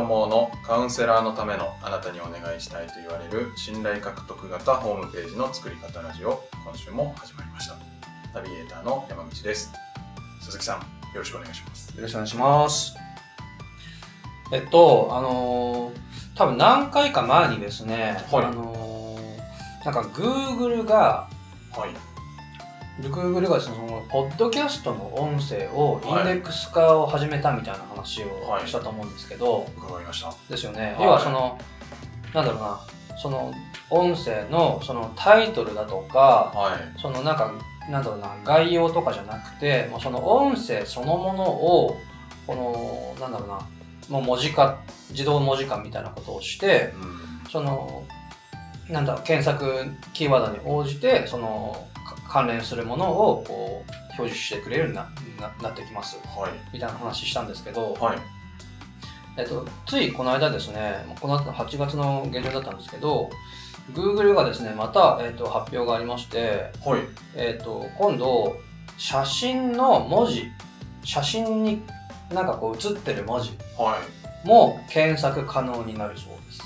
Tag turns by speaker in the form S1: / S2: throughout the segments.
S1: 盲のカウンセラーのためのあなたにお願いしたいと言われる信頼獲得型ホームページの作り方ラジオ今週も始まりましたナビゲーターの山口です鈴木さんよろしくお願いします
S2: よろしくお願いします。えっと、あのー多分何回か前にですね、
S1: はい
S2: あのーなんか Google が、
S1: はい
S2: Google がですね、その、ポッドキャストの音声をインデックス化を始めたみたいな話を
S1: はい
S2: したと思うんですけど、
S1: 伺いました
S2: ですよね。
S1: はい
S2: 要はその、なんだろうな、その、音声のそのタイトルだとか、
S1: はい
S2: そのなんか、なんだろうな、概要とかじゃなくて、もうその音声そのものを、この、なんだろうな、もう文字化、自動文字化みたいなことをして、
S1: うん
S2: その、なんだろう、検索キーワードに応じて、その、か関連するものをこう表示してくれるようになななってきます
S1: はい
S2: みたいな話したんですけど、
S1: はい
S2: えっと、ついこの間ですね、この後8月の下旬だったんですけど、Google がですね、また、えっと、発表がありまして、
S1: はい
S2: えっと、今度、写真の文字、写真になんかこう写ってる文字
S1: はい
S2: も検索可能になるそうです。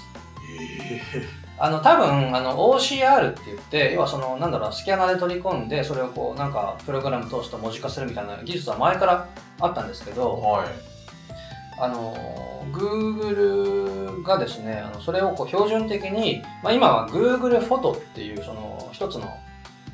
S1: ええ
S2: あの、多分、あの、OCR って言って、要はその、なんだろう、スキャナーで取り込んで、それをこう、なんか、プログラム通して文字化するみたいな技術は前からあったんですけど、
S1: はい
S2: あの Google がですねあのそれをこう標準的に、まあ、今は Google フォトっていうその一つの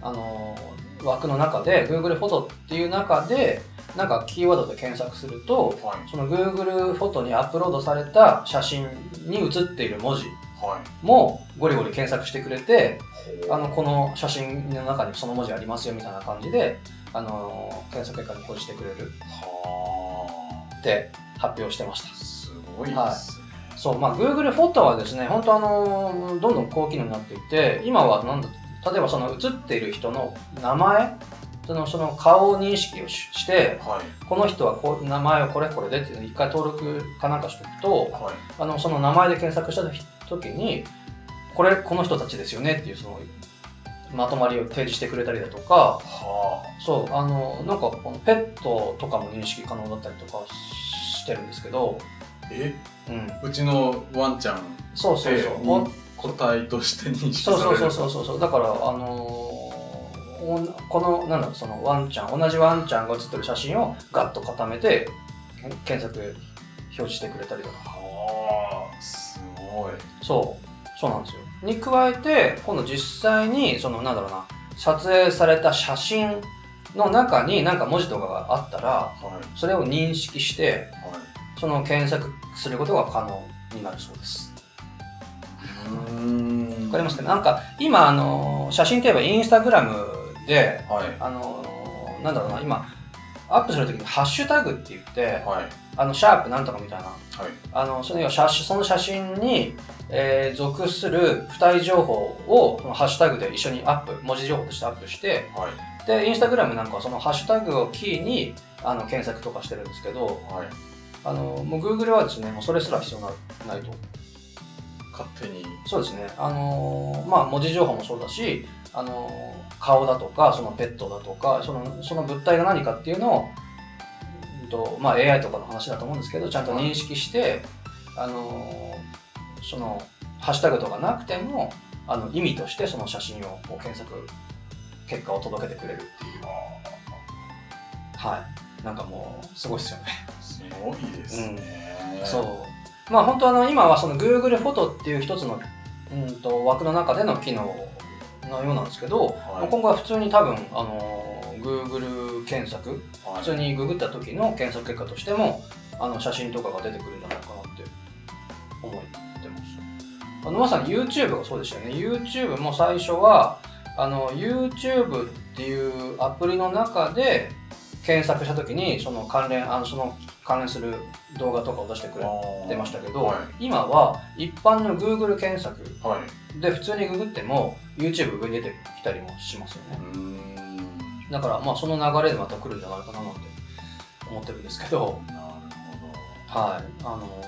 S2: あの枠の中で Google フォトっていう中でなんかキーワードで検索すると
S1: はい
S2: その Google フォトにアップロードされた写真に写っている文字
S1: はい
S2: もゴリゴリ検索してくれて
S1: ほう
S2: あのこの写真の中にその文字ありますよみたいな感じであの検索結果に表示してくれる
S1: は
S2: って発表してました
S1: あ。すごいですね
S2: そう、まあ、Google フォトはですね、本当あのーどんどん高機能になっていて、今はなんだ、例えばその写っている人の名前、そのその顔認識をしして、
S1: はい
S2: この人はこう名前をこれこれでっていうのを一回登録かなんかしておくと、
S1: はい
S2: あのその名前で検索した時に、これこの人たちですよねっていうそのまとまりを提示してくれたりだとか、
S1: は
S2: そう、あの、なんかこのペットとかも認識可能だったりとかしてるんですけど、
S1: あえ
S2: うん、
S1: うちのワンちゃん
S2: そうそうそう。
S1: ええ個体として認識さ
S2: そう
S1: れ
S2: そう
S1: る
S2: そうそうそうそうだからあのーおんこのなんだろうそのワンちゃん同じワンちゃんが写ってる写真をガッと固めてけ検索表示してくれたりとか
S1: はあすごい
S2: そうそうなんですよに加えて今度実際にそのなんだろうな撮影された写真の中になんか文字とかがあったら
S1: はい
S2: それを認識して
S1: はい
S2: その検索することが可能になるそうです
S1: うん
S2: わかりますかなんか今あのー写真といえばインスタグラムで
S1: はい
S2: あのーなんだろうな、今、アップするときにハッシュタグって言って、
S1: はい
S2: あの、シャープなんとかみたいな、
S1: はい
S2: あの、その要は写真その写真に、えー属する付帯情報を、そのハッシュタグで一緒にアップ、文字情報としてアップして、
S1: はい
S2: で、インスタグラムなんかはそのハッシュタグをキーに、あの、検索とかしてるんですけど、
S1: はい
S2: あの、もう Google はですね、もうそれすら必要なないと。
S1: 勝手に
S2: そうですね、あのーまあ、文字情報もそうだし、あのー顔だとかそのペットだとかそのその物体が何かっていうのを、うんとまあ、AI とかの話だと思うんですけどちゃんと認識して、あのーそのハッシュタグとかなくてもあの意味としてその写真をこう検索結果を届けてくれるっていうはいなんかもうすごいですよね。
S1: すごいですね、
S2: そうまあ本当あの今はその Google フォトっていう一つの、うん、と枠の中での機能のようなんですけど、
S1: はい
S2: 今後は普通に多分あの Google 検索
S1: は
S2: 普
S1: い
S2: 通にググった時の検索結果としてもあの写真とかが出てくるんじゃないかなって思ってますあのまさに YouTube がそうでしたよね YouTube も最初はあの YouTube っていうアプリの中で検索した時にその関連あのその関連する動画とかを出してくれてましたけど、
S1: はい
S2: 今は一般の Google 検索
S1: はい
S2: で普通にググっても YouTube 上に出てきたりもしますよね
S1: うーん
S2: だからまあその流れでまた来るんじゃないかななんて思ってるんですけど、
S1: なる
S2: はい、あの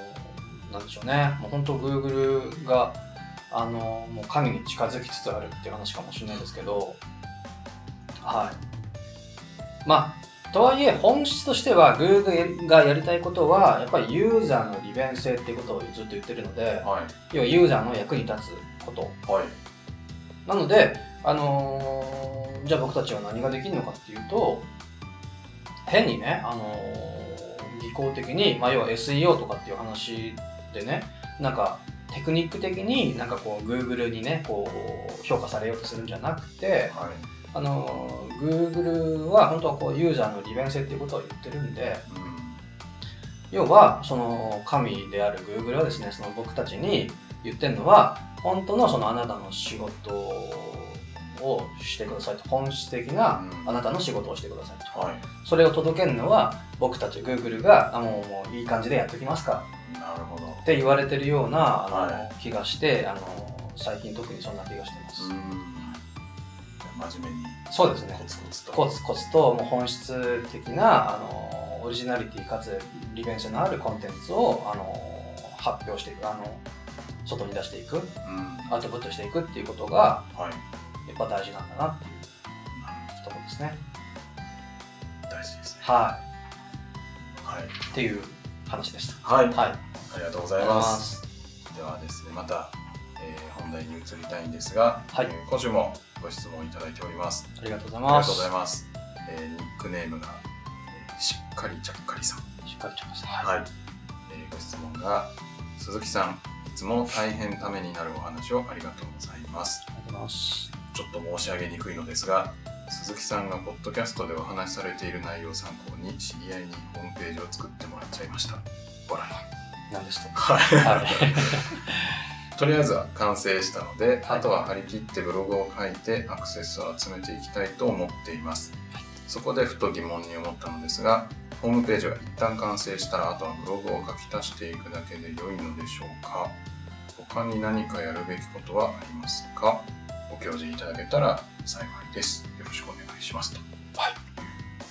S2: なんでしょうね、もう本当 Google があのもう神に近づきつつあるっていう話かもしれないですけど、はい、まあとはいえ本質としては Google がやりたいことはやっぱりユーザーの利便性っていうことをずっと言ってるので
S1: はい
S2: 要はユーザーの役に立つこと
S1: はい
S2: なので、あのーじゃあ僕たちは何ができるのかっていうと変にね、あのー技巧的に、まあ、要は SEO とかっていう話でねなんかテクニック的になんかこう Google にねこう評価されようとするんじゃなくて、
S1: はい
S2: あのー Google は本当はこうユーザーの利便性っていうことを言ってるんで
S1: うん
S2: 要はその神である Google はですねその僕たちに言ってるのは本当のそのあなたの仕事をしてくださいと本質的な
S1: うん
S2: あなたの仕事をしてくださいと
S1: はい
S2: それを届けるのは僕たち Google があもうもういい感じでやってきますから
S1: なるほど
S2: って言われてるようなあの、
S1: は
S2: 気がしてあの最近特にそんな気がしてます、
S1: うん真面目に
S2: そうですね
S1: コツコツと
S2: コツコツともう本質的なあのオリジナリティかつ利便性のあるコンテンツをあの発表していくあの外に出していく
S1: うん
S2: アウトプットしていくっていうことが
S1: はい
S2: やっぱ大事なんだなってい
S1: な
S2: うところですね
S1: る大事ですね
S2: は
S1: はい
S2: いっていう話でした
S1: はい
S2: はいあ
S1: ありがとうございますではですねまた、えー本題に移りたいんですが、
S2: はい
S1: えー今週もご質問いただいております
S2: りがとうござい
S1: あり
S2: ま
S1: が
S2: す
S1: とうございます、えーニックネームが、えーしっかりちゃっかりさん
S2: しっかりちゃいました
S1: はい、えーご質問が鈴木さんいつも大変ためになるお話をありがとうございます
S2: ありがとうございます
S1: ちょっと申し上げにくいのですが鈴木さんがポッドキャストでお話しされている内容を参考に知り合いにホームページを作ってもらっちゃいました笑い
S2: 何でした
S1: はい
S2: はい
S1: とりあえずは完成したので、
S2: はい
S1: あとは張り切ってブログを書いてアクセスを集めていきたいと思っていますそこでふと疑問に思ったのですがホームページは一旦完成したらあとはブログを書き足していくだけで良いのでしょうか他に何かやるべきことはありますかご教示いただけたら幸いですよろしくお願いしますと
S2: はい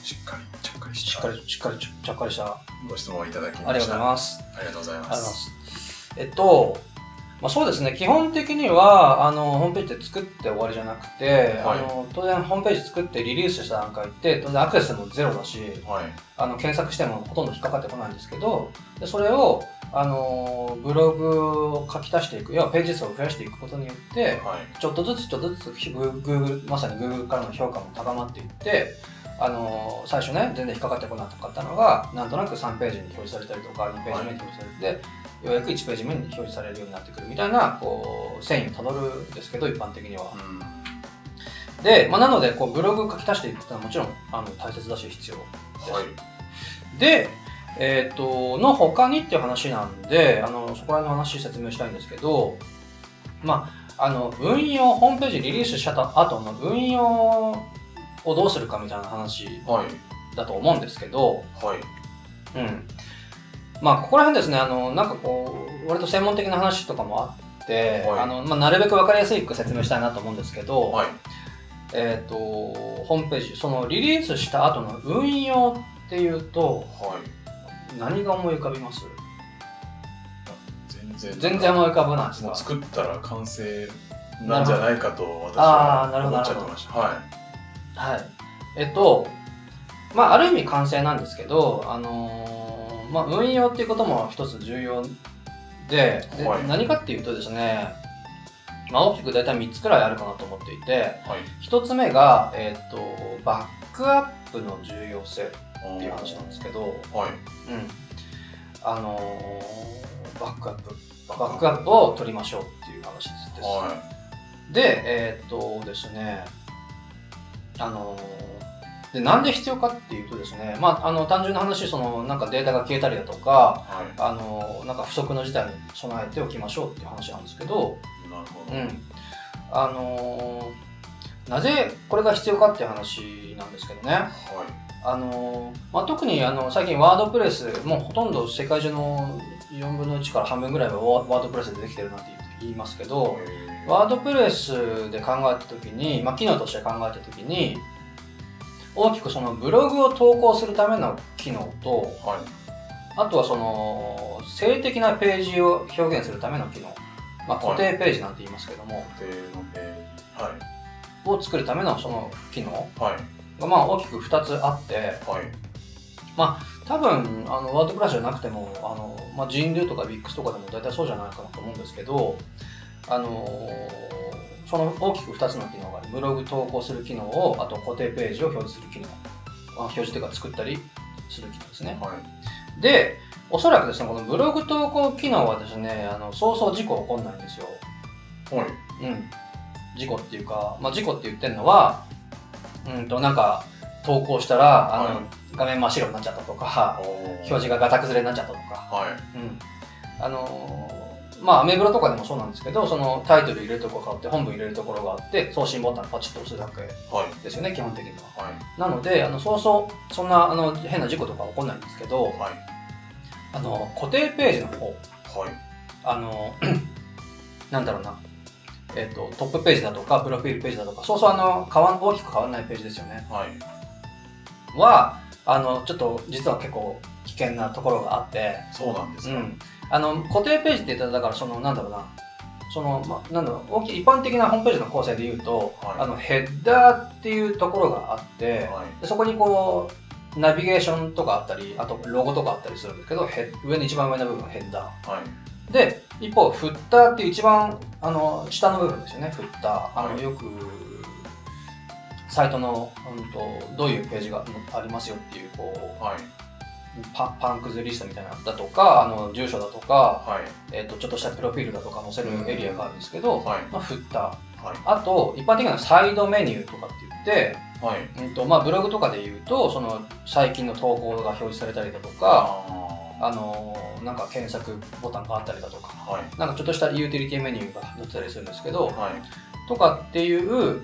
S1: しっかりちゃっかりし
S2: したっかりしっかりちゃっかりしたあ
S1: ご質問をいただき
S2: り
S1: ま
S2: がとうご
S1: し
S2: ざい
S1: たあ
S2: ます
S1: りがとうござい
S2: ありがとうござい
S1: ま
S2: ますす。えっと、まあ、そうですね、基本的にはあのホームページで作って終わりじゃなくて、
S1: はい
S2: あの当然ホームページ作ってリリースした段階って当然アクセスもゼロだし
S1: はい
S2: あの検索してもほとんど引っかかってこないんですけどでそれをあのブログを書き足していく要はページ数を増やしていくことによって
S1: はい
S2: ちょっとずつちょっとずつ Google まさに Google からの評価も高まっていってあの最初ね全然引っかかってこなかったのがなんとなく3ページに表示されたりとか2ページ目に表示されて、ようやく1ページ目に表示されるようになってくるみたいなこう繊維をたどるんですけど一般的には。
S1: うん
S2: で、まあ、なのでこうブログ書き足していくってのはもちろんあの大切だし必要
S1: はい
S2: で、えっとの他にっていう話なんであのそこら辺の話説明したいんですけど、まあ、あの運用ホームページリリースした後の運用をどうするかみたいな話
S1: はい
S2: だと思うんですけど、
S1: はい
S2: うんまあ、ここら辺ですねあのなんかこう割と専門的な話とかもあって、
S1: はい
S2: あのまあ、なるべく分かりやすく説明したいなと思うんですけど、
S1: はい
S2: えっとホームページそのリリースした後の運用っていうと
S1: はい
S2: 何が思い浮かびます
S1: 全然
S2: 全然思い浮かばないです
S1: も
S2: か
S1: う作ったら完成なんじゃないかと私
S2: あ
S1: は
S2: ーなるほど
S1: 思っちゃってましたは
S2: はい。えっと、まあ、ある意味完成なんですけど、あのーまあ、運用っていうことも一つ重要で、で
S1: はい
S2: 何かっていうとですね、まあ、大きく大体3つくらいあるかなと思っていて、
S1: いはい
S2: 1つ目が、えっと、バックアップの重要性っていう話なんですけど、
S1: はい
S2: うん。あのーバックアップ。バックアップを取りましょうっていう話です。
S1: は
S2: で、えーっとですね、あのーで、なんで必要かっていうとですね、まあ、あの、単純な話、その、なんかデータが消えたりだとか、
S1: いは
S2: あのーなんか不測の事態に備えておきましょうっていう話なんですけど、
S1: いなるほ
S2: う
S1: ど
S2: ん。あのーなぜこれが必要かっていう話なんですけどね。
S1: はい
S2: あのーまあ、特にあの最近ワードプレスもうほとんど世界中の4分の1から半分ぐらいはワワードプレスでできてるなんて言いますけど、
S1: えー
S2: ワードプレスで考えた時に、まあ、機能として考えた時に大きくそのブログを投稿するための機能と
S1: はい
S2: あとはその性的なページを表現するための機能、まあ、固定ページなんて言いますけども、
S1: 固定のページは
S2: を作るためのその機能
S1: いはい
S2: がまあ大きく2つあって
S1: はい。
S2: 多分あのワードプラスじゃなくてもあの、まあ、Jindu とか Wix とかでも大体そうじゃないかなと思うんですけどあのーその大きく2つの機能があるブログ投稿する機能をあと固定ページを表示する機能あ表示というか作ったりする機能ですね
S1: はい。
S2: でおそらくですねこのブログ投稿機能はですねあのそうそう事故起こんないんですよ
S1: はい。
S2: うん、事故っていうか、まあ、事故って言ってるのは、うんと、なんか、投稿したら、あの、
S1: は
S2: 画面真っ白になっちゃったとか、
S1: 表
S2: 表示がガタ崩れになっちゃったとか、
S1: はい。
S2: うん。あのーまあ、アメブロとかでもそうなんですけど、そのタイトル入れるとこ変わって、本文入れるところがあって、送信ボタンパチッと押すだけ
S1: はい。
S2: ですよね、基本的には。
S1: はい。
S2: なので、あの、そうそう、そんな、あの、変な事故とか起こんないんですけど、
S1: はい。
S2: あの、固定ページの方、
S1: はい。
S2: あの、 なんだろうな、えっ、と、トップページだとか、プロフィールページだとか、そうそう、あの、変わん大きく変わらないページですよね。
S1: はい。
S2: は、あの、ちょっと、実は結構危険なところがあって、
S1: そうなんです
S2: う
S1: か。
S2: ん。あの、固定ページって言ったら、だから、その、なんだろうな、その、ま、なんだろう、大きい、一般的なホームページの構成で言うと、
S1: はい
S2: あの、ヘッダーっていうところがあって、
S1: はい。
S2: でそこにこう、ナビゲーションとかあったり、あとロゴとかあったりするんですけど、ヘッ上の一番上の部分、ヘッダー。
S1: はい。
S2: で、一方、フッターっていう一番あの下の部分ですよね、フッター。あ
S1: は
S2: の
S1: い
S2: よく、サイトの、うん、とどういうページがありますよっていうこう
S1: はい。
S2: パパンクズリストみたいなのだとか、あの住所だとか、
S1: はい。
S2: えっと、ちょっとしたプロフィールだとか載せるエリアがあるんですけど、
S1: はい。
S2: まあ、フッタ
S1: はい。
S2: ー。あと、一般的なサイドメニューとかって言って、
S1: はい。
S2: うんとまあ、ブログとかで言うと、その最近の投稿が表示されたりだとか、
S1: あ
S2: あのなんか検索ボタンがあったりだとか。
S1: ーはい。
S2: なんかちょっとしたユーティリティメニューが載ってたりするんですけど、
S1: はい。
S2: とかっていう、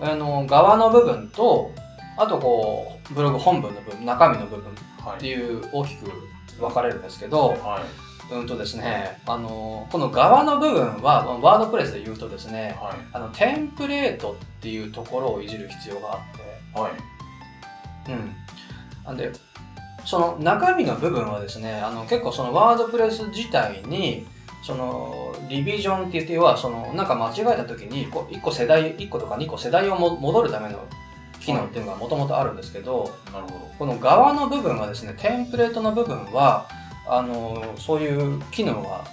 S2: あの、側の部分と、あとこう、ブログ本文の部分、中身の部分っ
S1: は
S2: て
S1: い。
S2: いう大きく分かれるんですけど、
S1: は
S2: うんとですね、あの、この側の部分は、ワードプレスで言うとです
S1: い。
S2: ね、
S1: はい。
S2: あの、テンプレートっていうところをいじる必要があっ
S1: はい。
S2: て、うん。なんで、その中身の部分はですね、あの、結構そのワードプレス自体に、そのリビジョンって言って要はそのなんか間違えた時にこう1個世代1個とか2個世代をも戻るための機能っていうのがもともとあるんですけど
S1: なるほど。
S2: この側の部分はですねテンプレートの部分はあのそういう機能は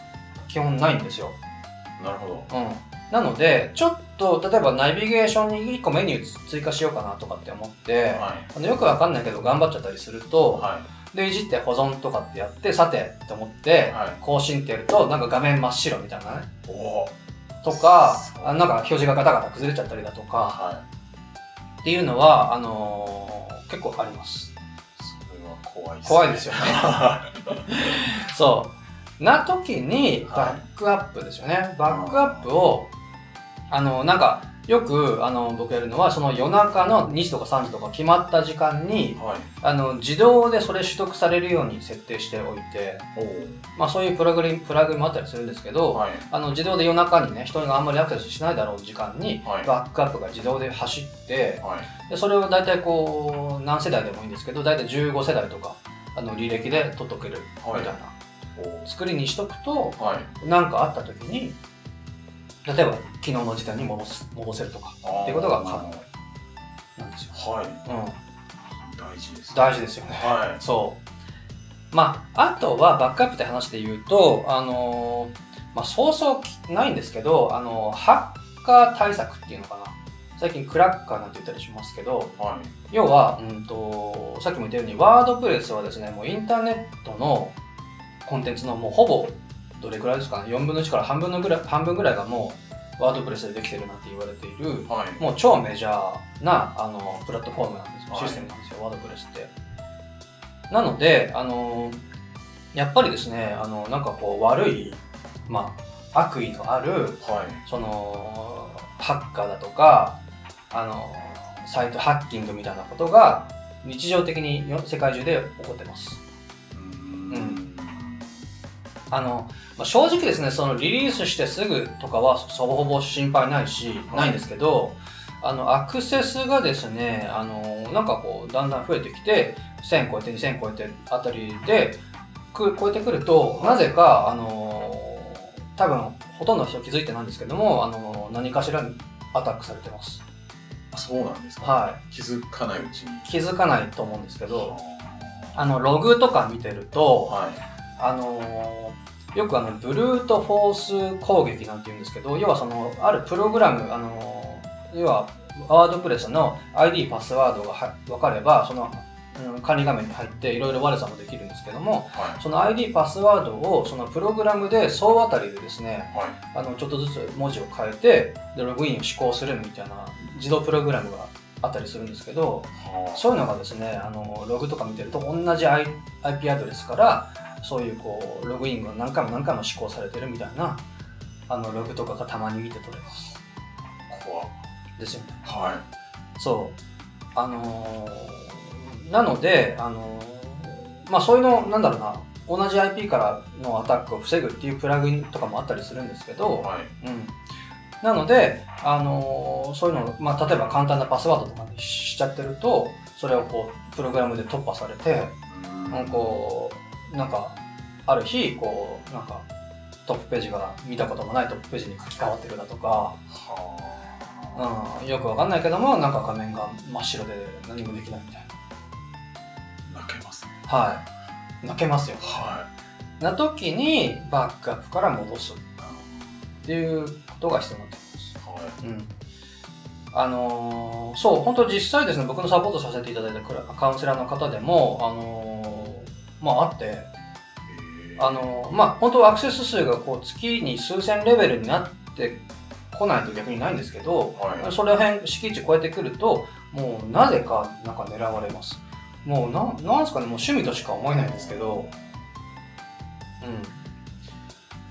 S2: 基本ないんですよ、
S1: なるほど。
S2: うん、なのでちょっと例えばナビゲーションに1個メニュー追加しようかなとかって思って
S1: は
S2: あのよくわかんないけど頑張っちゃったりする
S1: い。
S2: と
S1: は
S2: でいじって保存とかってやってさてって思って
S1: い。はい。
S2: 更新ってやるとなんか画面真っ白みたいなね
S1: おお。
S2: とか
S1: そう、
S2: あなんか表示がガタガタ崩れちゃったりだとか、
S1: は
S2: っていうのは、あのー結構あります。
S1: い。それは怖い。
S2: 怖いですよね
S1: は
S2: そう。な時に、
S1: は
S2: バ
S1: い
S2: ックアップですよね。バックアップを、あのなんか、よく、あの僕やるのは、その夜中の2時とか3時とか決まった時間
S1: い。
S2: に、
S1: はい。
S2: あの、自動でそれ取得されるように設定しておいて、
S1: お
S2: まあそういうプラグリンプラグもあったりするんですけ
S1: お。
S2: ど、
S1: はい。
S2: あの自動で夜中にね、人があんまりアクセスしないだろう時間に、
S1: はい。
S2: バックアップが自動で走って、
S1: はい。
S2: でそれを大体こう何世代でもいいんですけど大体15世代とかあの履歴で届けるみた
S1: はいい
S2: な、。
S1: おお。
S2: 作りにしとくと
S1: はい。
S2: 何かあった時に例えば昨日の時点に戻す戻せるとか
S1: っ
S2: ってことが可能なんですよ、
S1: はい。
S2: うん、
S1: 大事です。
S2: 大事ですよね
S1: は
S2: そうまああとはバックアップって話で言うとあのーまあそうそうきないんですけどあのーハッカー対策っていうのかな最近クラッカーなんて言ったりしますけど
S1: い。は
S2: 要は、うん、とさっきも言ったようにワードプレスはですねもうインターネットのコンテンツのもうほぼどれくらいですかね4分の1から半分のぐらい半分ぐらいがもうワードプレスでできてるなんて言われている
S1: い。はい。
S2: もう超メジャーなあのプラットフォームなんですよ
S1: はい
S2: システムなんですよ、ワードプレスってなのであのやっぱりですねあのなんかこう悪いまあ悪意のある
S1: はい。
S2: そのハッカーだとかあのサイトハッキングみたいなことが日常的によ世界中で起こってます
S1: うー。
S2: うんあの、まあ正直ですねそのリリースしてすぐとかはそほぼ心配ないし
S1: はい
S2: ないんですけどあのアクセスがですねあのなんかこうだんだん増えてきて1000超えて2000超えてあたりでく超えてくるとなぜかあの多分ほとんどの人気づいてないんですけどもあの何かしらにアタックされてます
S1: あそうなんですか、
S2: は
S1: 気づかないうちに
S2: い、気づかないと思うんですけど
S1: は
S2: あのログとか見てると
S1: い
S2: あのーよくあのブルートフォース攻撃なんて言うんですけど要はそのあるプログラム、あのー要はワードプレスの ID パスワードがは分かればその、うん管理画面に入っていろいろ悪さもできるんですけども
S1: は
S2: その ID パスワードをそのプログラムで総当たりでですね
S1: いはい
S2: あのちょっとずつ文字を変えてでログインを試行するみたいな自動プログラムがあったりするんですけど
S1: は
S2: そういうのがですね、あのログとか見てると、同じ I IP アドレスから、そういうこうログインが何回も何回も試行されてるみたいな、あのログとかがたまに見て取れます。
S1: あ怖っ
S2: ですよね。
S1: は
S2: そう。あのーなので、あのーまあそういうの、なんだろうな、同じ IP からのアタックを防ぐっていうプラグインとかもあったりするんですけ
S1: い
S2: ど、
S1: はい
S2: うん、なので、あのーそういうの、まあ、例えば簡単なパスワードとかにしちゃってるとそれをこうプログラムで突破されて、
S1: う
S2: なんかこうなんかある日こうなんかトップページが見たこともないトップページに書き換わってるだとか、
S1: は
S2: うん、よくわかんないけどもなんか画面が真っ白で何もできないみたい
S1: あ泣けますね
S2: なはい泣けますよ
S1: はい
S2: な時にバックアップから戻すっていうことが必要になってきます
S1: は
S2: うんあのーそう、本当実際ですね、僕のサポートさせていただいたクラカウンセラーの方でも、あのーまああって、
S1: いへー
S2: あのーまあ本当アクセス数がこう月に数千レベルになってこないと逆にないんですけど、
S1: はい
S2: それ辺、敷地超えてくると、もうなぜかなんか狙われます。もうなん、なんですかね、もう趣味としか思えないんですけど、うん。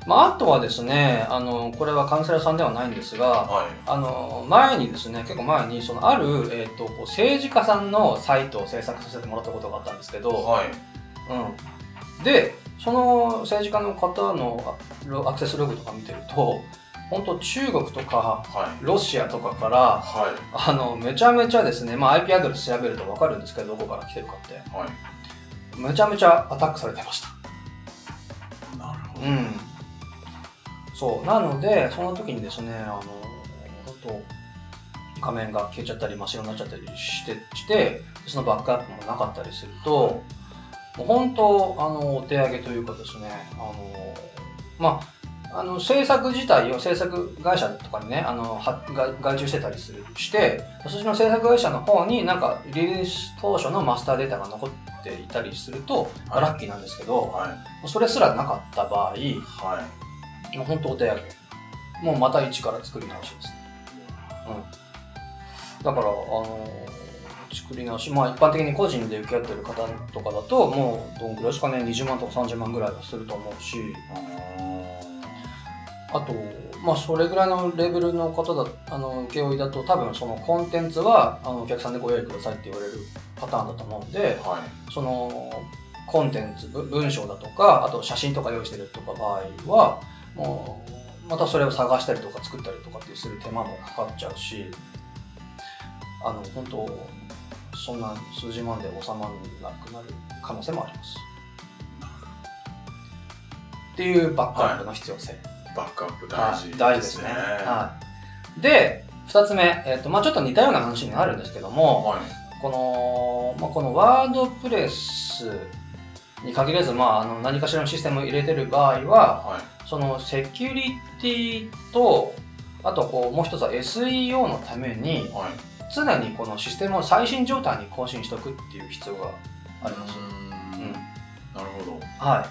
S2: まああとはですね、あの、これはカウンセラーさんではないんですが、
S1: はい
S2: あの前にですね結構前にそのある、えー、とこう政治家さんのサイトを制作させてもらったことがあったんですけど、
S1: はい
S2: うん、でその政治家の方のあロアクセスログとか見てると本当中国とか
S1: はい
S2: ロシアとかか
S1: は
S2: ら
S1: い
S2: あのめちゃめちゃですね、まあ、IP アドレス調べると分かるんですけどどこから来てるかって
S1: はい
S2: めちゃめちゃアタックされてました。
S1: なるほど
S2: うん、そうなのでその時にですねあの本当画面が消えちゃったり真っ白になっちゃったりしてしてそのバックアップもなかったりするともう本当あのお手上げというかですねあのまああの制作自体を制作会社とかにねあのは外外注してたりするしてそっちの制作会社の方になんかリリース当初のマスターデータが残っていたりすると、
S1: はい
S2: ラッキーなんですけど、
S1: はい
S2: それすらなかった場合、
S1: はい
S2: もう本当お手上げ。もうまた一から作り直しですね。だから、あのー作り直し、まあ一般的に個人で受け合ってる方とかだと、もうどんぐらいですかね、20万とか30万ぐらいはすると思うし、あと、まあそれぐらいのレベルの方だ、あの、請負だと多分そのコンテンツは、あの、お客さんでご用意くださいって言われるパターンだと思うんで、
S1: はい
S2: そのコンテンツぶ文章だとかあと写真とか用意してるとか場合はもうまたそれを探したりとか作ったりとかってする手間もかかっちゃうしあの本当そんな数十万で収まらなくなる可能性もあります。っていうバックアップの必要性、
S1: バックアップ大
S2: はい
S1: 事
S2: 大事ですね。はい、で2つ目、えっとまあ、ちょっと似たような話になるんですけども、
S1: は
S2: この、まあ、このワードプレスに限らず、まあ、あの何かしらのシステムを入れてる場合はい
S1: はい
S2: そのセキュリティとあとこうもう一つは SEO のために
S1: はい
S2: 常にこのシステムを最新状態に更新しておくっていう必要があります。
S1: う
S2: う
S1: ーん
S2: ん
S1: なるほ
S2: はい、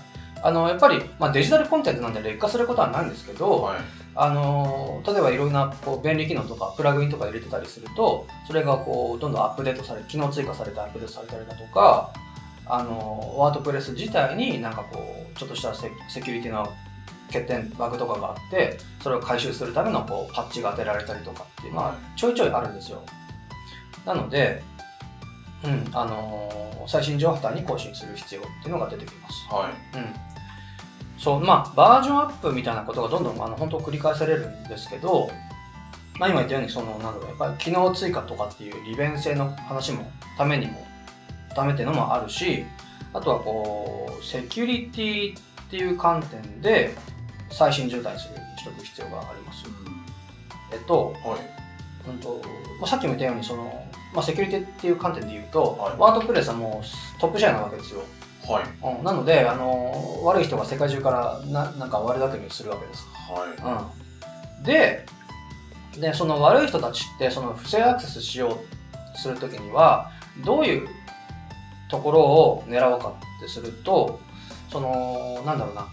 S2: あのやっぱり、まあ、デジタルコンテンツなんで劣化することはないんですけど、
S1: どはい
S2: あの例えばいろんなこう便利機能とかプラグインとか入れてたりするとそれがこうどんどんアップデートされ機能追加されてアップデートされたりだとかあのワードプレス自体になんかこうちょっとしたセセキュリティの欠点バグとかがあってそれを回収するためのこうパッチが当てられたりとかっていうのは
S1: は
S2: ちょいちょいあるんですよなので、うんあの最新情報端に更新する必要っていうのが出てきます
S1: いはい
S2: うんそうまあ、バージョンアップみたいなことがどんどんあの本当繰り返されるんですけど、まあ、今言ったようにそのなんだろうやっぱり機能追加とかっていう利便性の話もためにもためっていうのもあるしあとはこうセキュリティっていう観点で最新状態にするしておく必要があります。
S1: うん
S2: えっと
S1: はい
S2: うんとまあ、さっきも言ったようにその、まあ、セキュリティっていう観点で言うと、
S1: はい
S2: ワードプレスはもうトップシェアなわけですよ、
S1: はい。
S2: うん、なのであの悪い人が世界中からななんか悪だくみをするわけです、
S1: はい。
S2: うん、ででその悪い人たちってその不正アクセスしようとするときにはどういうところを狙おうかってするとそのなんだろうな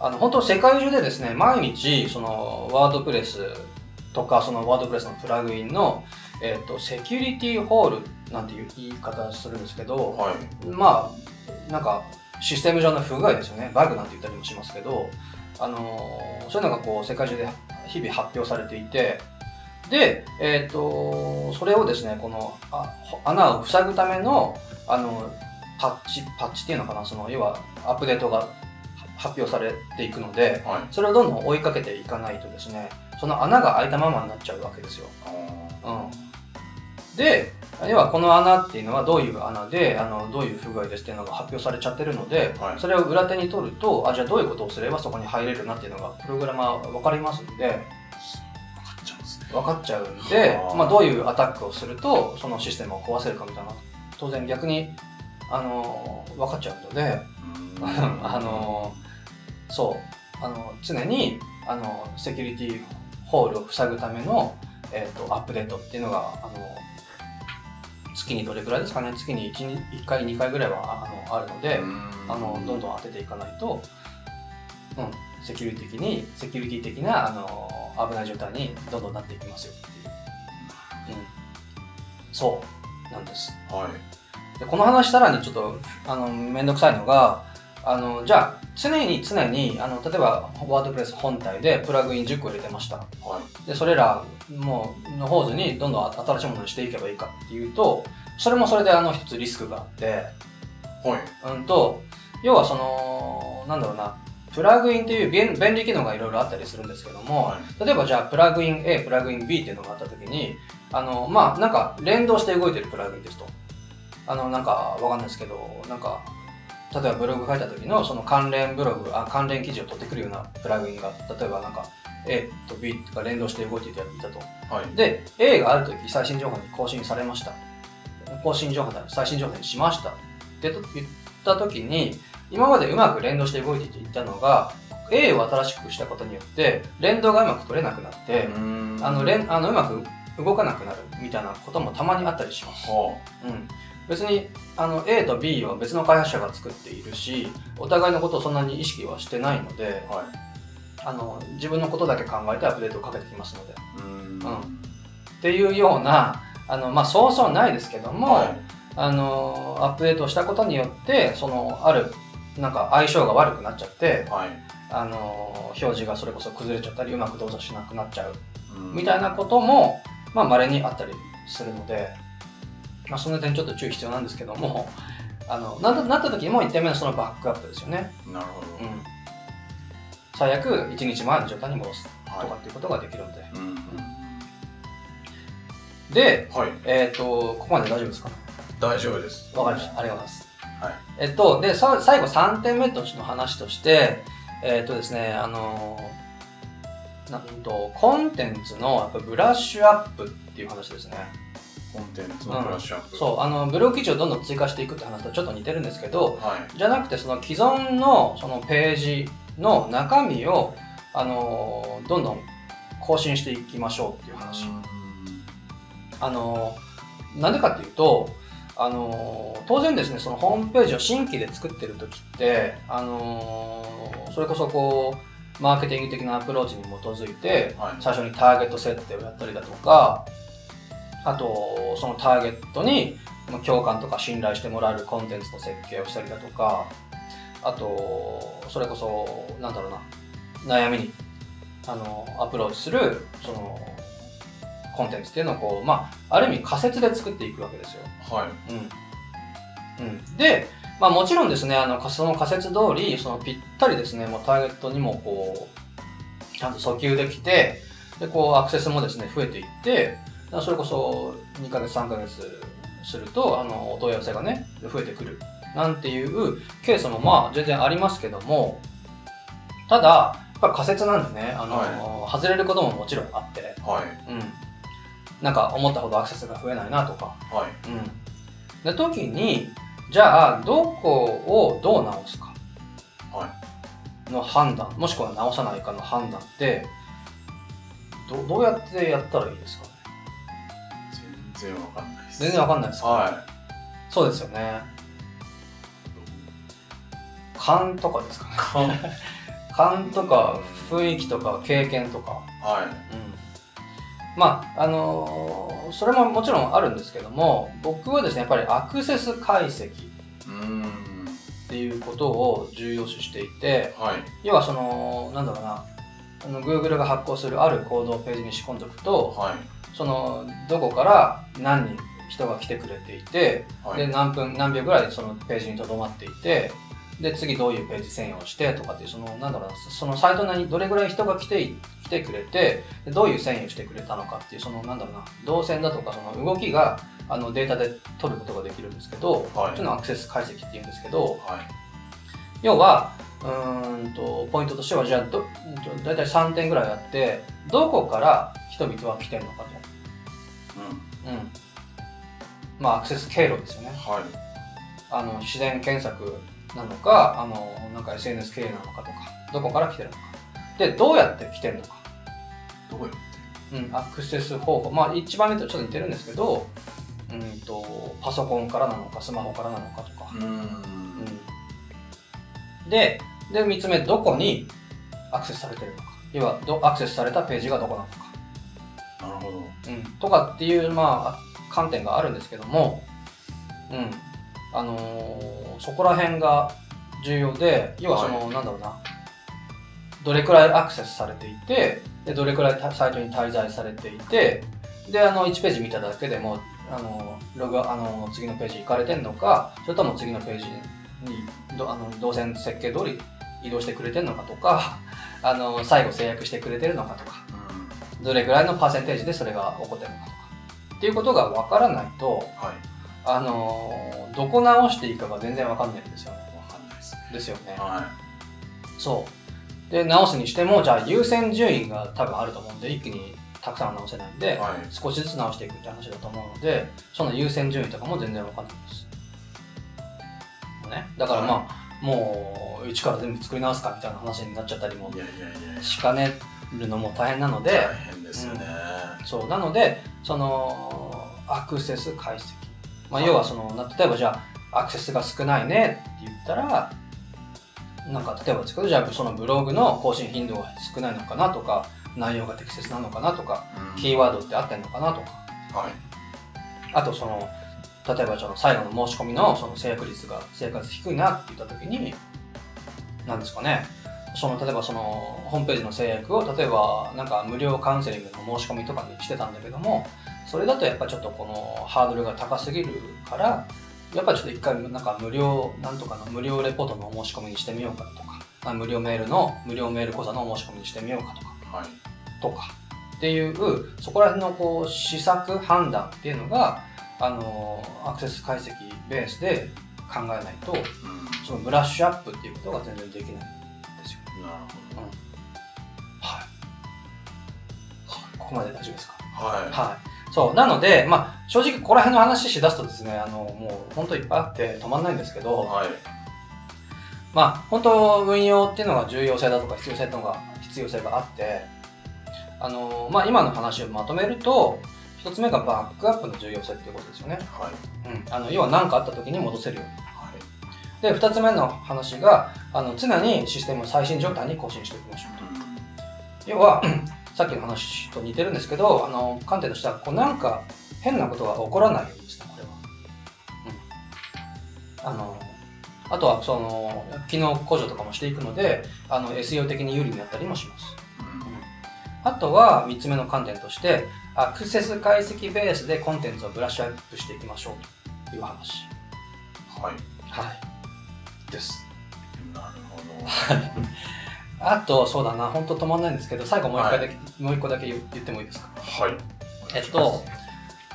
S2: あの本当世界中でですね毎日そのワードプレスとかそのワードプレスのプラグインの、えー、とセキュリティホールなんていう言い方するんですけど、
S1: はい。
S2: まあなんかシステム上の不具合ですよねバグなんて言ったりもしますけど、あのーそういうのがこう世界中で日々発表されていてで、えー、とそれをですねこのあほ穴を塞ぐための、あのパッチパッチっていうのかなその要はアップデートがは発表されていくので
S1: はい。
S2: それをどんどん追いかけていかないとですねその穴が開いたままになっちゃうわけですよ。うん、で要はこの穴っていうのはどういう穴であのどういう不具合ですっていうのが発表されちゃってるので、
S1: はい
S2: それを裏手に取るとあじゃあどういうことをすればそこに入れるなっていうのがプログラマー分かりますんで
S1: 分かっちゃうんですね。
S2: 分かっちゃうんで
S1: はあ
S2: まあ、どういうアタックをするとそのシステムを壊せるかみたいな当然逆にあの分かっちゃうので。 あのそうあの常にあのセキュリティホールを塞ぐための、えー、とアップデートっていうのがあの月にどれくらいですかね月に 1, 1回2回ぐらいはああのあるので、あのどんどん当てていかないと、うん、セキュリティ的にセキュリティ的なあの危ない状態にどんどんなっていきますよっていう、うん、そうなんです。
S1: はい。
S2: でこの話さらにちょっとあの面倒くさいのがあのじゃあ常に常にあの例えばワードプレス本体でプラグイン10個入れてました
S1: はい。
S2: でそれらもうの方図にどんどん新しいものにしていけばいいかっていうとそれもそれであの一つリスクがあって
S1: はい。
S2: うんと要はそのなんだろうなプラグインという便便利機能がいろいろあったりするんですけども、
S1: は
S2: 例えばじゃあプラグイン A プラグイン B っていうのがあった時にあのまあなんか連動して動いてるプラグインですとあのなんかわかんないですけどなんか例えばブログ書いた時のその関連ブログあ関連記事を取ってくるようなプラグインが例えばなんか A と B が連動して動いていたと
S1: い。はい。
S2: で A がある時最新情報に更新されました更新情報だ最新情報にしましたってと言った時に今までうまく連動して動いていたのが A を新しくしたことによって連動がうまく取れなくなって、あの連あのうまく動かなくなるみたいなこともたまにあったりします、
S1: は
S2: うん、別にあの A と B は別の開発者が作っているしお互いのことをそんなに意識はしてないので
S1: あ。はい。
S2: あの自分のことだけ考えてアップデートをかけてきますので
S1: うん
S2: うんっていうようなあの、まあ、そうそうないですけども、
S1: は
S2: あのアップデートしたことによってそのあるなんか相性が悪くなっちゃって
S1: い。はい。
S2: あの表示がそれこそ崩れちゃったりうまく動作しなくなっちゃうみ
S1: い
S2: たいなこともまあ、稀にあったりするので、まあ、その点ちょっと注意必要なんですけどもあのなったなった時も1点目のそのバックアップですよね、
S1: な。なるほど。
S2: うん、最悪1日前の状態に戻すとか
S1: は
S2: っていうことができるので、
S1: い。うん。
S2: で
S1: はい。
S2: えっ、と、ここまで大丈夫ですか
S1: 大丈夫です。
S2: わかりました。ありがとうございます。
S1: はい。
S2: えっと、で、さ最後3点目としての話として、えっ、とですね、あのーなんと、コンテンツのやっぱブラッシュアップっていう話ですね。
S1: コンテンツのブラッシュアップ。
S2: そう、あの、ブログ記事をどんどん追加していくって話とちょっと似てるんですけど、
S1: はい。
S2: じゃなくて、その既存のそのページの中身を、あのーどんどん更新していきましょうっていう話。あのなんでかっていうとあの当然ですねそのホームページを新規で作ってる時ってあのそれこそこうマーケティング的なアプローチに基づいて
S1: はい。
S2: 最初にターゲット設定をやったりだとかあとそのターゲットにまあ共感とか信頼してもらえるコンテンツの設計をしたりだとかあとそれこそなんだろうな悩みにあのアプローチするそのコンテンツっていうのをこう、まあ、ある意味仮説で作っていくわけですよ。
S1: はい。
S2: うんうん、で、まあ、もちろんですねあのその仮説通りそのぴったりですねもうターゲットにもこうちゃんと訴求できてでこうアクセスもですね増えていってだからそれこそ2ヶ月3ヶ月するとあのお問い合わせがね増えてくるなんていうケースもまあ全然ありますけどもただぱり仮説なんでね、あの
S1: は
S2: 外れることももちろんあって、
S1: はい
S2: うん、なんか思ったほどアクセスが増えないなとか、
S1: はい
S2: うん、で時にじゃあどこをどう直すか
S1: は
S2: の判断もしくは直さないかの判断ってどどうやってやったらいいですかね
S1: 全然わかんないです
S2: 全然わかんないですか、
S1: は
S2: そうですよね
S1: い
S2: 勘とかですかね
S1: かん
S2: 勘とか雰囲気とか経験とか、
S1: はい
S2: まああのーそれももちろんあるんですけども僕はですねやっぱりアクセス解析っ
S1: うーん
S2: ていうことを重要視していて、
S1: はい
S2: 要はそのなんだろうなあの Google が発行するある行動をページに仕込んでおくと
S1: はい
S2: そのどこから何人人が来てくれていて、
S1: はい
S2: で何分何秒ぐらいそのページにとどまっていてで次どういうページ専用してとかっていうそのなんだろうなそのサイト内にどれぐらい人が来てい来てくれてでどういう遷移をしてくれたのかっていうそのなんだろうな動線だとかその動きがあのデータで取ることができるんですけど、
S1: はい
S2: そのアクセス解析っていうんですけど、
S1: はい
S2: 要はうーんとポイントとしてはじゃあどうんと大体3点ぐらいあってどこから人々は来てるのかと、
S1: うん
S2: うん、まあアクセス経路ですよね
S1: はい
S2: あの自然検索なのかあのなんか SNS 経由なのかとかどこから来てるのかでどうやって来てるのか、
S1: どこよ
S2: うん、アクセス方法まあ1番目とちょっと似てるんですけどうんとパソコンからなのかスマホからなのかとか
S1: う、ーん
S2: うんでで3つ目どこにアクセスされてるのか要はどアクセスされたページがどこなのか、
S1: なるほど
S2: うん、とかっていう、まあ、観点があるんですけども、うんあのーそこら辺が重要で要はその、
S1: はい
S2: なんだろうなどれくらいアクセスされていてでどれくらいたサイトに滞在されていてであの1ページ見ただけでもあのログあの次のページ行かれてんのかそれとも次のページにどあの動線設計通り移動してくれてんのかとか あの最後制約してくれてるのかとか
S1: うん
S2: どれぐらいのパーセンテージでそれが起こってるのかとかっていうことが分からないと、
S1: はい
S2: あのーどこ直していいかが全然分かんないんですよね。
S1: わかんないですね
S2: ですよね。
S1: は
S2: そう。で直すにしてもじゃあ優先順位が多分あると思うんで一気にたくさんは直せないん
S1: い
S2: で、
S1: はい
S2: 少しずつ直していくって話だと思うのでその優先順位とかも全然分かんないです。ね、だからまあ、もう一から全部作り直すかみたいな話になっちゃったりも
S1: いやいやいやいや
S2: しかねるのも大変なので。
S1: 大変ですよね
S2: そうなのでそのアクセス解析、ま
S1: は
S2: あ、
S1: い
S2: 要はそのな例えばじゃあアクセスが少ないねって言ったらなんか例えばですけどじゃあそのブログの更新頻度が少ないのかなとか内容が適切なのかなとか
S1: うん
S2: キーワードって合ってんのかなとか
S1: はい
S2: あとその例えばその最後の申し込みのその制約率が生活低いなって言った時に何ですかねその例えばそのホームページの制約を例えばなんか無料カウンセリングの申し込みとかにしてたんだけどもそれだとやっぱちょっとこのハードルが高すぎるからやっぱちょっと一回なんか無料なんとかの無料レポートの申し込みにしてみようかとかまあ無料メールの無料メール講座の申し込みにしてみようかとか
S1: はい
S2: とかっていうそこら辺のこう施策判断っていうのがあのアクセス解析ベースで考えないと
S1: うん
S2: そのブラッシュアップっていうことが全然できないんですよ。
S1: なるほど
S2: はい、ここまで大丈夫ですか、
S1: はい
S2: はい、そうなので、まあ、正直ここら辺の話しだすとですねあのもう本当いっぱいあって止まんないんですけど、
S1: はい
S2: まあ、本当運用っていうのが重要性だとか必要性とか必要性があって、あのまあ、今の話をまとめると一つ目がバックアップの重要性っていうことですよね、
S1: はい
S2: うん、あの要は何かあった時に戻せるように
S1: はい
S2: で二つ目の話があの常にシステムを最新状態に更新していきましょう
S1: う
S2: 要は さっきの話と似てるんですけどあの観点としてはこうなんか変なことが起こらないようにしたこれは、うん、あのあとはその機能向上とかもしていくのであの SEO 的に有利になったりもします
S1: んうん
S2: あとは3つ目の観点としてアクセス解析ベースでコンテンツをブラッシュアップしていきましょうという話
S1: はい
S2: はいです
S1: なるほど
S2: あとそうだな本当止まんないんですけど最後もう一回だけ、もう一個だけ言言ってもいいですか
S1: はい
S2: えっと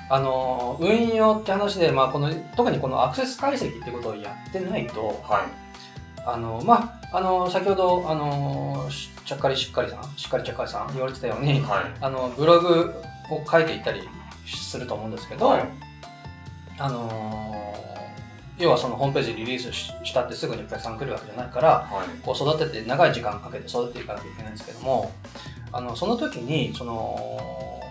S2: あの運用って話で、まあ、この特にこのアクセス解析ってことをやってないと
S1: はい
S2: あの、まあ、あの先ほどあのしちゃっかりしっかりさん、しっかりちゃっかりさん言われてたように、
S1: はい
S2: あの、ブログを書いていったりすると思うんですけど、
S1: はい
S2: あのー要はそのホームページリリースししたってすぐにお客さん来るわけじゃないから、
S1: はい
S2: こう育てて、長い時間かけて育てていかなきゃいけないんですけども、あの、その時に、その、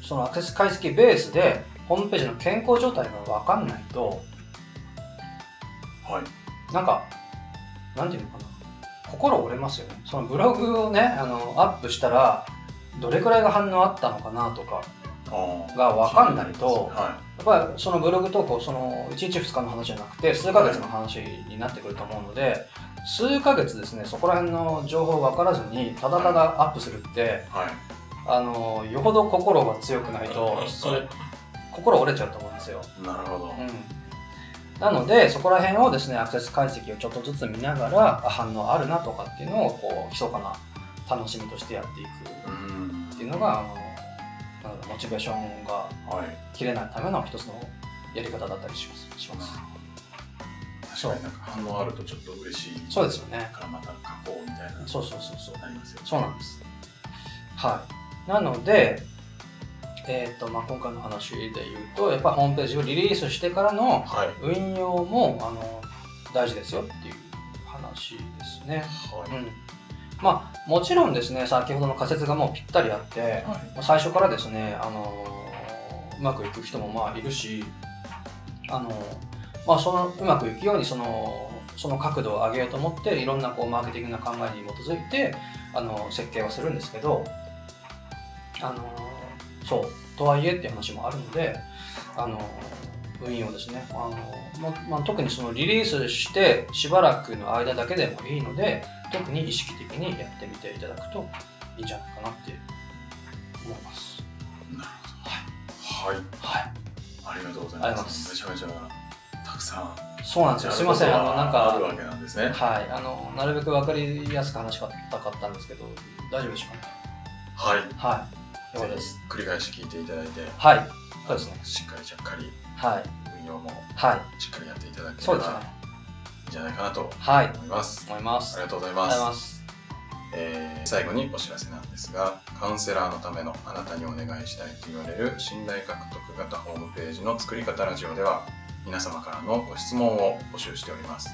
S2: そのアクセス解析ベースで、ホームページの健康状態がわかんないと、
S1: はい
S2: なんか、なんていうのかな、心折れますよね。そのブログをね、あの、アップしたら、どれくらいが反応あったのかなとか、
S1: あ
S2: が分かんないと
S1: は
S2: やっぱりそのブログ投稿、その1日2日の話じゃなくて、数ヶ月の話になってくると思うので、数ヶ月ですね、そこら辺の情報分からずに、ただただアップするって、
S1: いはい
S2: あの、よほど心が強くないと、それ、心折れちゃうと思うんですよ。
S1: なるほど、
S2: うん、なのでそこら辺をですねアクセス解析をちょっとずつ見ながらあ反応あるなとかっていうのをこう密かな楽しみとしてやっていく
S1: うん
S2: っていうのがあのなんだろうモチベーションが
S1: はい
S2: 切れないための一つのやり方だったりしますします
S1: 確かになんか反応あるとちょっと嬉しい
S2: そうですよね
S1: からまた書こうみたいな
S2: そうそうそうそう
S1: なりますよね
S2: そうなんですはいなのでえーとまあ、今回の話で言うとやっぱりホームページをリリースしてからの
S1: はいは
S2: 運用もあの大事ですよっていう話ですね。う
S1: い
S2: ん、まあもちろんですね先ほどの仮説がもうぴったりあって
S1: はい
S2: もう最初からですね、あのーうまくいく人もまあいるし、あのーまあ、そのうまくいくようにそのその角度を上げようと思っていろんなこうマーケティングな考えに基づいて、あのー設計はするんですけど、あのーそうとはいえっていう話もあるので、あのー運用ですね、あのーままあ、特にそのリリースしてしばらくの間だけでもいいので特に意識的にやってみていただくといいんじゃないかなって思います。
S1: はい
S2: はい。
S1: ありがとうござい
S2: ありがと
S1: ま。
S2: うございますす
S1: めちゃめちゃたくさん。
S2: そうなんですよ。すいません。あの、なん
S1: あるわ
S2: か、
S1: けなんですね。
S2: はい。あの、なるべくわかりやすく話したかったんですけど、大丈夫でしょうかね。
S1: はい。
S2: はい。よかったです。
S1: 繰り返し聞いていただいて、
S2: はい。そうですね。
S1: しっかりちゃっかり
S2: はい。
S1: 運用も
S2: はい。
S1: しっかりやっていただけ
S2: そ
S1: れ
S2: うですね
S1: ば。いいんじゃないかなと
S2: はい。
S1: 思います。
S2: 思いま
S1: あ
S2: す。
S1: り
S2: あ
S1: が
S2: り
S1: とうござい
S2: が
S1: ま
S2: とう
S1: す
S2: ござい。ます。
S1: えー最後にお知らせなんですがカウンセラーのためのあなたにお願いしたいと言われる信頼獲得型ホームページの作り方ラジオでは皆様からのご質問を募集しております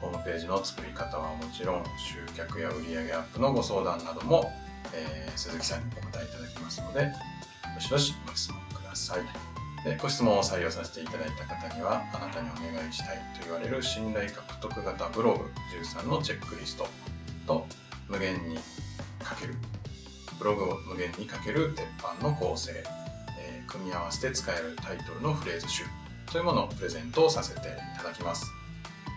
S1: ホームページの作り方はもちろん集客や売上アップのご相談なども、えー鈴木さんにお答えいただきますのでどしどしご質問くださいでご質問を採用させていただいた方にはあなたにお願いしたいと言われる信頼獲得型ブログ13のチェックリストと無限にかけるブログを無限にかける鉄板の構成、えー組み合わせて使えるタイトルのフレーズ集というものをプレゼントをさせていただきます、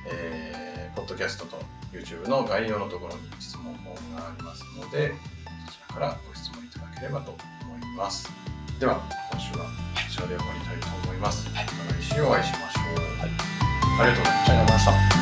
S1: えーポッドキャストと YouTube の概要のところに質問フォームがありますのでそちらからご質問いただければと思いますでは今週はこちらで終わりたいと思います、また来週お会いしましょう、ありがとうございました
S2: ありがとうございました。